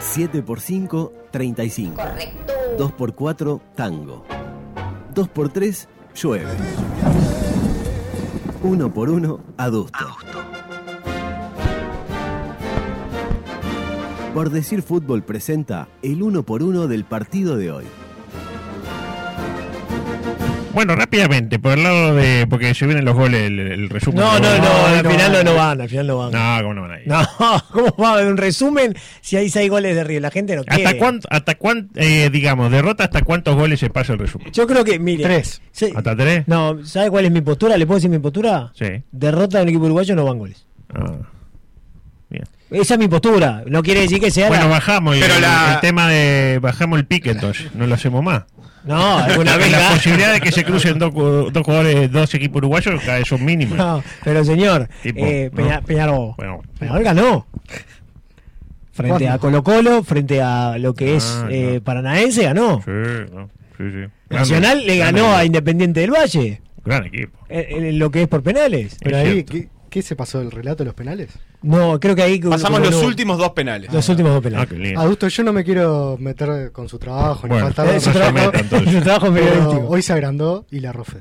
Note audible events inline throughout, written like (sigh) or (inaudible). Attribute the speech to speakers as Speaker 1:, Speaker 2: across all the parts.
Speaker 1: 7x5, 35.
Speaker 2: Correcto.
Speaker 1: 2x4, tango. 2x3, llueve. 1x1, adusto. Por decir fútbol presenta el 1x1 del partido de hoy.
Speaker 3: Bueno, rápidamente, por el lado de. Porque se vienen los goles, el, el resumen.
Speaker 4: No,
Speaker 3: de
Speaker 4: no,
Speaker 3: goles.
Speaker 4: no, al
Speaker 5: no
Speaker 4: final no,
Speaker 5: van.
Speaker 4: no van, al final no van.
Speaker 3: No, ¿cómo no van a ir?
Speaker 4: No, (laughs) ¿cómo va a haber un resumen si hay seis goles de River? La gente no quiere.
Speaker 3: ¿Hasta cuánto, hasta cuán- eh, digamos, derrota hasta cuántos goles se pasa el resumen?
Speaker 4: Yo creo que, mire.
Speaker 5: Tres.
Speaker 4: se-
Speaker 3: ¿Hasta tres?
Speaker 4: no, ¿sabe cuál es mi postura? ¿Le puedo decir mi postura?
Speaker 3: Sí.
Speaker 4: Derrota de un equipo uruguayo no van goles.
Speaker 3: Ah. Bien.
Speaker 4: Esa es mi postura. No quiere decir que sea. la-
Speaker 3: Bueno, bajamos el,
Speaker 6: Pero la-
Speaker 3: el tema de. Bajamos el pique entonces, no lo hacemos más. (laughs)
Speaker 4: No, alguna
Speaker 3: La,
Speaker 4: vez.
Speaker 3: la
Speaker 4: gana.
Speaker 3: posibilidad de que se crucen dos, cu- dos jugadores, dos equipos uruguayos, cada vez son mínimas.
Speaker 4: (laughs) No, pero señor,
Speaker 3: Tipo,
Speaker 4: eh, Peña-
Speaker 3: no.
Speaker 4: Peñarol.
Speaker 3: Bueno.
Speaker 4: Peñarol ganó. Frente a Colo Colo, frente a lo que es
Speaker 3: Ah,
Speaker 4: eh,
Speaker 3: no.
Speaker 4: Paranaense, ganó.
Speaker 3: Sí, no, sí, sí.
Speaker 4: Nacional
Speaker 3: Grande- grande
Speaker 4: le ganó a
Speaker 3: equipo.
Speaker 4: Independiente del Valle,
Speaker 3: Gran equipo.
Speaker 4: en, en Eh, lo que es por penales.
Speaker 5: Pero
Speaker 3: Es
Speaker 5: ahí,
Speaker 3: cierto.
Speaker 5: ¿qué, qué se pasó del relato de los penales?
Speaker 4: No, creo que ahí
Speaker 6: Pasamos
Speaker 4: como
Speaker 6: los
Speaker 4: no-
Speaker 6: últimos dos penales.
Speaker 4: los últimos dos
Speaker 3: Ah,
Speaker 4: penales.
Speaker 3: qué lindo.
Speaker 5: Adusto, yo no me quiero meter con su trabajo,
Speaker 3: Bueno,
Speaker 5: ni faltar
Speaker 4: (laughs) Eh, su
Speaker 5: a su
Speaker 3: no se
Speaker 4: trabajo,
Speaker 3: meta, entonces.
Speaker 4: su trabajo
Speaker 5: Pero
Speaker 4: periodístico.
Speaker 5: hoy se agrandó y la rofe.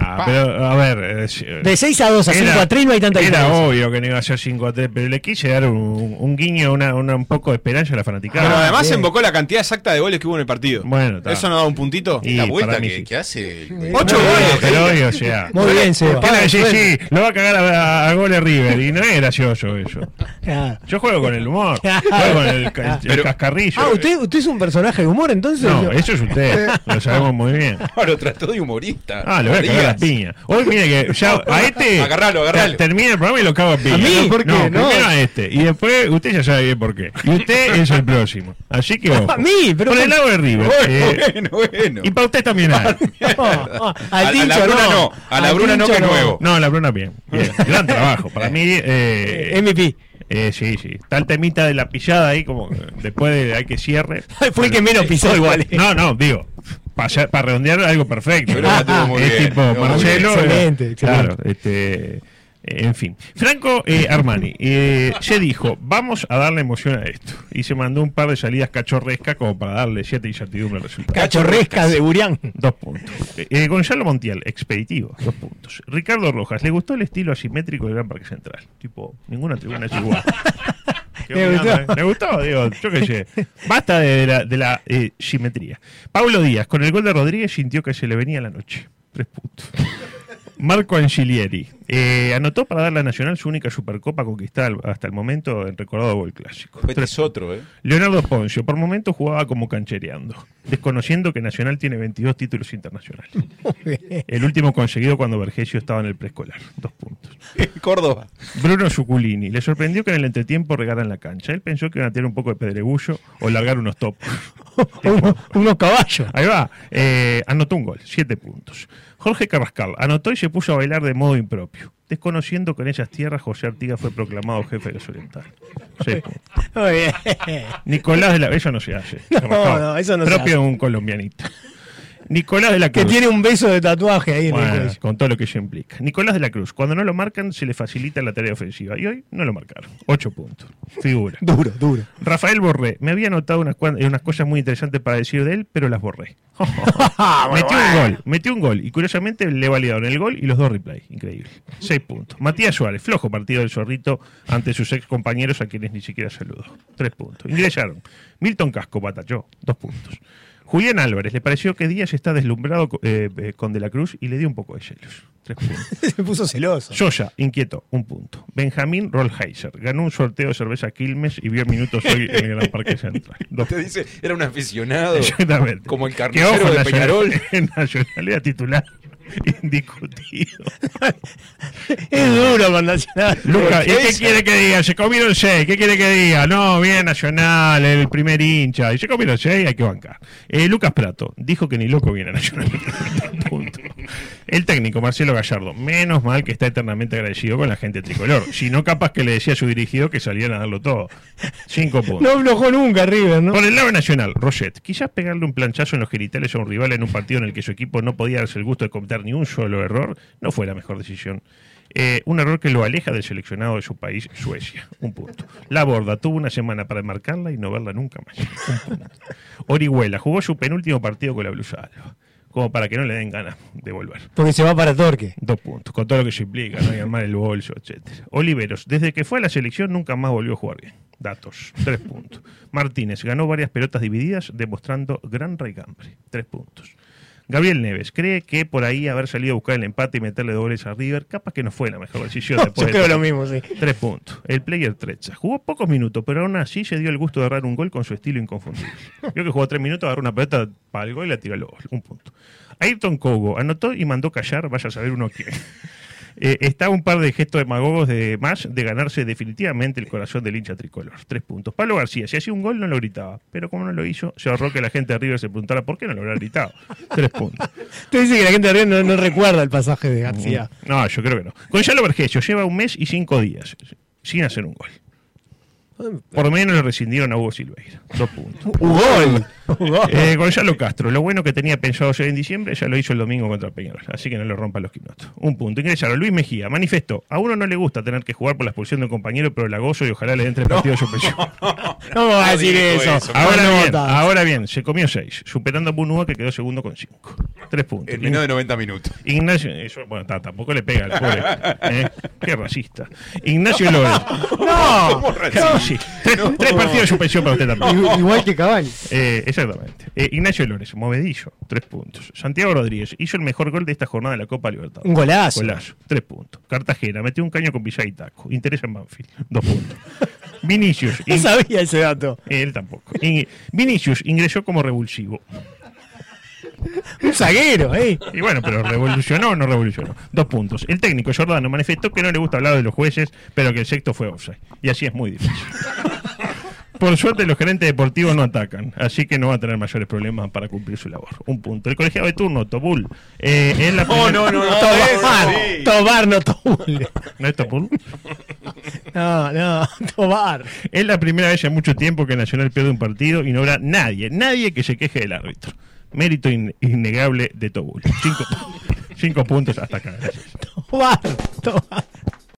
Speaker 3: Ah, pero, a ver. eh, si-
Speaker 4: De 6 a 2 a 5
Speaker 3: Era-
Speaker 4: a 3 no hay tanta
Speaker 3: Era
Speaker 4: diferencia.
Speaker 3: obvio que no iba a ser 5 a 3, pero le quise dar un, un guiño, una, una- un poco de esperanza a la
Speaker 6: Pero
Speaker 3: fanaticada.
Speaker 6: además se
Speaker 4: bien.
Speaker 6: invocó la cantidad exacta de goles que hubo en el partido.
Speaker 3: Ah, Bueno, está.
Speaker 6: ¿Eso no da un puntito?
Speaker 3: Y
Speaker 7: la vuelta
Speaker 3: para mí
Speaker 7: que,
Speaker 3: sí.
Speaker 7: que hace. el-
Speaker 6: Ocho
Speaker 3: No,
Speaker 6: goles.
Speaker 3: Pero hoy, o sea.
Speaker 4: Muy bien, Seba.
Speaker 3: Van a decir, sí, lo va a cagar a, a- a goles River. Y no es gracioso eso.
Speaker 4: Claro.
Speaker 3: Yo juego con el humor. Juego con el, ca- el
Speaker 7: Pero-
Speaker 3: cascarrillo.
Speaker 4: Ah, ¿usted, usted es un personaje de humor entonces.
Speaker 3: No,
Speaker 4: Yo- (laughs)
Speaker 3: eso es usted. Lo sabemos muy bien.
Speaker 7: (laughs) Ahora trató de humorista.
Speaker 3: Ah, le voy a cagar a
Speaker 7: Digas.
Speaker 3: piña. Hoy mire que ya a este
Speaker 7: Agarralo, agarralo.
Speaker 3: ter- termina el programa y lo cago a piña.
Speaker 5: ¿A mí? ¿Por qué?
Speaker 3: No,
Speaker 5: No.
Speaker 3: primero a este. Y después usted ya sabe bien por qué. Y usted es el próximo. Así que ojo.
Speaker 4: (laughs) A mí, pero
Speaker 3: por el
Speaker 4: ¿cómo?
Speaker 3: lado de River. eh,
Speaker 7: Bueno, bueno.
Speaker 3: Y para usted también hay.
Speaker 4: Ah, ah,
Speaker 7: A-
Speaker 4: al
Speaker 7: a
Speaker 4: Tincho
Speaker 7: la Bruna no, a la
Speaker 4: Al
Speaker 7: Bruna no,
Speaker 4: Tincho
Speaker 7: que es nuevo.
Speaker 3: No, la Bruna bien. Bien. Gran trabajo. Para mí, eh,
Speaker 4: Eh, MVP.
Speaker 3: eh, sí, sí. Está el temita de la pillada ahí, como eh, después de hay que cierre. Eh,
Speaker 4: Fue el que menos pisó igual.
Speaker 3: No, no, digo. Para redondear algo perfecto.
Speaker 7: Pero la tuvo muy
Speaker 3: es
Speaker 7: bien,
Speaker 3: tipo
Speaker 7: la tuvo muy
Speaker 3: Marcelo.
Speaker 4: bien.
Speaker 3: eh,
Speaker 4: Excelente,
Speaker 3: Claro, este. En fin, Franco eh, Armani eh, se dijo, vamos a darle emoción a esto. Y se mandó un par de salidas cachorrescas como para darle cierta incertidumbre al resultado.
Speaker 4: Cachorrescas de Burián.
Speaker 3: Dos puntos. Eh, Gonzalo Montiel, expeditivo, dos puntos. Ricardo Rojas, le gustó el estilo asimétrico del Gran Parque Central. Tipo, ninguna tribuna es (laughs) igual. Quedó
Speaker 4: Le
Speaker 3: mirando,
Speaker 4: gustó.
Speaker 3: ¿eh? Le gustó, digo, yo qué sé. Basta de la, de la eh, simetría. Pablo Díaz, con el gol de Rodríguez sintió que se le venía la noche. Tres puntos. Marco Ancilieri eh, anotó para dar la Nacional su única Supercopa conquistada al- hasta el momento en recordado gol clásico.
Speaker 7: Este
Speaker 3: Tres
Speaker 7: es otro, ¿eh? (laughs)
Speaker 3: Leonardo Poncio, por momentos jugaba como canchereando, desconociendo que Nacional tiene 22 títulos internacionales. El último conseguido cuando Vergesio estaba en el preescolar. Dos puntos.
Speaker 6: Córdoba.
Speaker 3: Bruno Suculini. Le sorprendió que en el entretiempo regaran la cancha. Él pensó que iban a tirar un poco de pedregullo o largar unos topos.
Speaker 4: Uno- unos caballos.
Speaker 3: Ahí va. Eh, anotó un gol. Siete puntos. Jorge Carrascal anotó y se puso a bailar de modo impropio. Desconociendo que en esas tierras José Artigas fue proclamado jefe de los orientales. Seis puntos.
Speaker 4: Muy
Speaker 3: (laughs)
Speaker 4: bien.
Speaker 3: Nicolás de la... Eso no se hace.
Speaker 4: (laughs) No,
Speaker 3: Carrascal.
Speaker 4: no, eso no se
Speaker 3: Propio
Speaker 4: hace.
Speaker 3: de un colombianito. Nicolás de la
Speaker 4: Que
Speaker 3: Cruz.
Speaker 4: tiene un beso de tatuaje ahí en
Speaker 3: Bueno,
Speaker 4: el cuello.
Speaker 3: con todo lo que eso implica. Nicolás de la Cruz. Cuando no lo marcan, se le facilita la tarea ofensiva. Y hoy no lo marcaron. Ocho puntos. Figura.
Speaker 4: (laughs) Duro, duro.
Speaker 3: Rafael Borré. Me había anotado unas, cuan- eh, unas cosas muy interesantes para decir de él, pero las
Speaker 4: (laughs)
Speaker 3: borré. metió un gol. Metió un gol. Y curiosamente le validaron el gol y los dos replay. Increíble. Seis puntos. Matías Suárez. Flojo partido del zorrito ante sus ex compañeros a quienes ni siquiera saludó. Tres puntos. Ingresaron. Milton Casco batalló. Dos puntos. Julián Álvarez. Le pareció que Díaz está deslumbrado co- eh, eh, con De la Cruz y le dio un poco de celos. Tres puntos.
Speaker 4: (laughs)
Speaker 5: (laughs)
Speaker 4: Se puso celoso.
Speaker 3: Sosa, inquieto, un punto. Benjamín Rollheiser, ganó un sorteo de cerveza Quilmes y vio minutos hoy en el Gran Parque Central. Dos
Speaker 7: Te dice, era un aficionado.
Speaker 3: Exactamente.
Speaker 7: Como el
Speaker 3: Que
Speaker 7: carnicero
Speaker 3: ojo,
Speaker 7: de
Speaker 3: nacional-
Speaker 7: Peñarol.
Speaker 3: (laughs) en nacionalidad titular, (laughs) indiscutido.
Speaker 4: (laughs) Es duro con Nacional.
Speaker 3: Luca, ¿y
Speaker 7: ¿Qué
Speaker 3: qué
Speaker 7: es?
Speaker 3: quiere que diga? Se comieron seis, ¿qué quiere que diga? No, bien Nacional, el primer hincha. Y se comieron seis, hay que bancar. Eh, Lucas Prato dijo que ni loco viene a Nacional. (laughs) Punto. El técnico, Marcelo Gallardo, menos mal que está eternamente agradecido con la gente tricolor. Si no, capaz que le decía a su dirigido que salían a darlo todo. Cinco puntos.
Speaker 4: No aflojó nunca River, ¿no?
Speaker 3: Por el lado nacional, Roset, quizás pegarle un planchazo en los genitales a un rival en un partido en el que su equipo no podía darse el gusto de cometer ni un solo error, no fue la mejor decisión. Eh, un error que lo aleja del seleccionado de su país, Suecia. Un punto. La borda tuvo una semana para marcarla y no verla nunca más. Un punto. Orihuela jugó su penúltimo partido con la Blusa Alba. Como para que no le den ganas de volver.
Speaker 4: Porque se va para Torque.
Speaker 3: Dos puntos, con todo lo que se implica, ¿no? Y armar el bolso, etcétera. Oliveros, desde que fue a la selección nunca más volvió a jugar bien. Datos, tres puntos. Martínez ganó varias pelotas divididas, demostrando gran raigambre. Tres puntos. Gabriel Neves cree que por ahí haber salido a buscar el empate y meterle dobles a River, capaz que no fue la mejor decisión. después
Speaker 4: (laughs) Yo
Speaker 3: de
Speaker 4: creo
Speaker 3: todo.
Speaker 4: lo mismo, sí.
Speaker 3: Tres puntos. El player Trecha. Jugó pocos minutos, pero aún así se dio el gusto de agarrar un gol con su estilo inconfundible. Creo que jugó tres minutos, agarró una pelota para el gol y la tiró al gol. Un punto. Ayrton Kogo anotó y mandó callar, vaya a saber uno quién. (laughs) Eh, está un par de gestos demagogos de más de ganarse definitivamente el corazón del hincha tricolor. Tres puntos. Pablo García, si hacía un gol no lo gritaba, pero como no lo hizo, se ahorró que la gente de River se preguntara por qué no lo habrá gritado. Tres puntos.
Speaker 4: Usted dice que la gente de River no, no recuerda el pasaje de García.
Speaker 3: No, yo creo que no. Gonzalo Vergesio lleva un mes y cinco días sin hacer un gol. Por menos le rescindieron a Hugo Silveira. Dos
Speaker 4: (laughs)
Speaker 3: puntos.
Speaker 4: ¡Ugol!
Speaker 3: Eh, Gonzalo Castro, lo bueno que tenía pensado hacer en diciembre ya lo hizo el domingo contra Peñarol, así que no le rompa los quinotos. Un punto. Ingresaron Luis Mejía, manifestó. A uno no le gusta tener que jugar por la expulsión de un compañero, pero la gozo y ojalá le entre el partido de suspensión.
Speaker 4: No me va a decir
Speaker 7: dijo
Speaker 4: eso.
Speaker 7: eso.
Speaker 3: Ahora
Speaker 4: Buena
Speaker 3: bien, Ah,
Speaker 4: nota.
Speaker 3: ahora bien, se comió seis, superando a Bunúa que quedó segundo con cinco. Tres puntos.
Speaker 7: En menos de 90 minutos.
Speaker 3: Ignacio, eso, bueno, ta- tampoco le pega al pobre. ¿eh? Qué racista. Ignacio Lorenzo.
Speaker 7: ¿Cómo
Speaker 3: ¡No! Qué
Speaker 7: racista?
Speaker 3: racista. Tres, tres partidos de suspensión para usted también.
Speaker 5: I- Igual que Cavani.
Speaker 3: Eh, exactamente. Eh, Ignacio Lorenzo, movedillo, tres puntos. Santiago Rodríguez hizo el mejor gol de esta jornada de la Copa Libertadores.
Speaker 4: Un golazo.
Speaker 3: Golazo, tres puntos. Cartagena, metió un caño con Villa y Taco. Interesa en Banfield, dos puntos. Vinicius.
Speaker 4: (laughs) No
Speaker 3: in-
Speaker 4: sabía ese dato.
Speaker 3: él tampoco. In- Vinicius ingresó como revulsivo.
Speaker 4: Un zaguero, ¿eh?
Speaker 3: Y bueno, pero revolucionó o no revolucionó. Dos puntos. El técnico Jordano manifestó que no le gusta hablar de los jueces, pero que el sexto fue offside. Y así es muy difícil. Por suerte los gerentes deportivos no atacan, así que no va a tener mayores problemas para cumplir su labor. Un punto. El colegiado de turno, Tobul. Eh, es la primera- (laughs)
Speaker 4: Tobar.
Speaker 7: sí.
Speaker 4: Tobar, no Tobul.
Speaker 3: ¿No es Tobul?
Speaker 4: No, no, (laughs) Tobar.
Speaker 3: Es la primera vez en mucho tiempo que el Nacional pierde un partido y no habrá nadie, nadie que se queje del árbitro. Mérito in- (laughs) innegable de Tobul. Cinco, cinco puntos hasta acá. Gracias.
Speaker 4: Tobar, Tobar.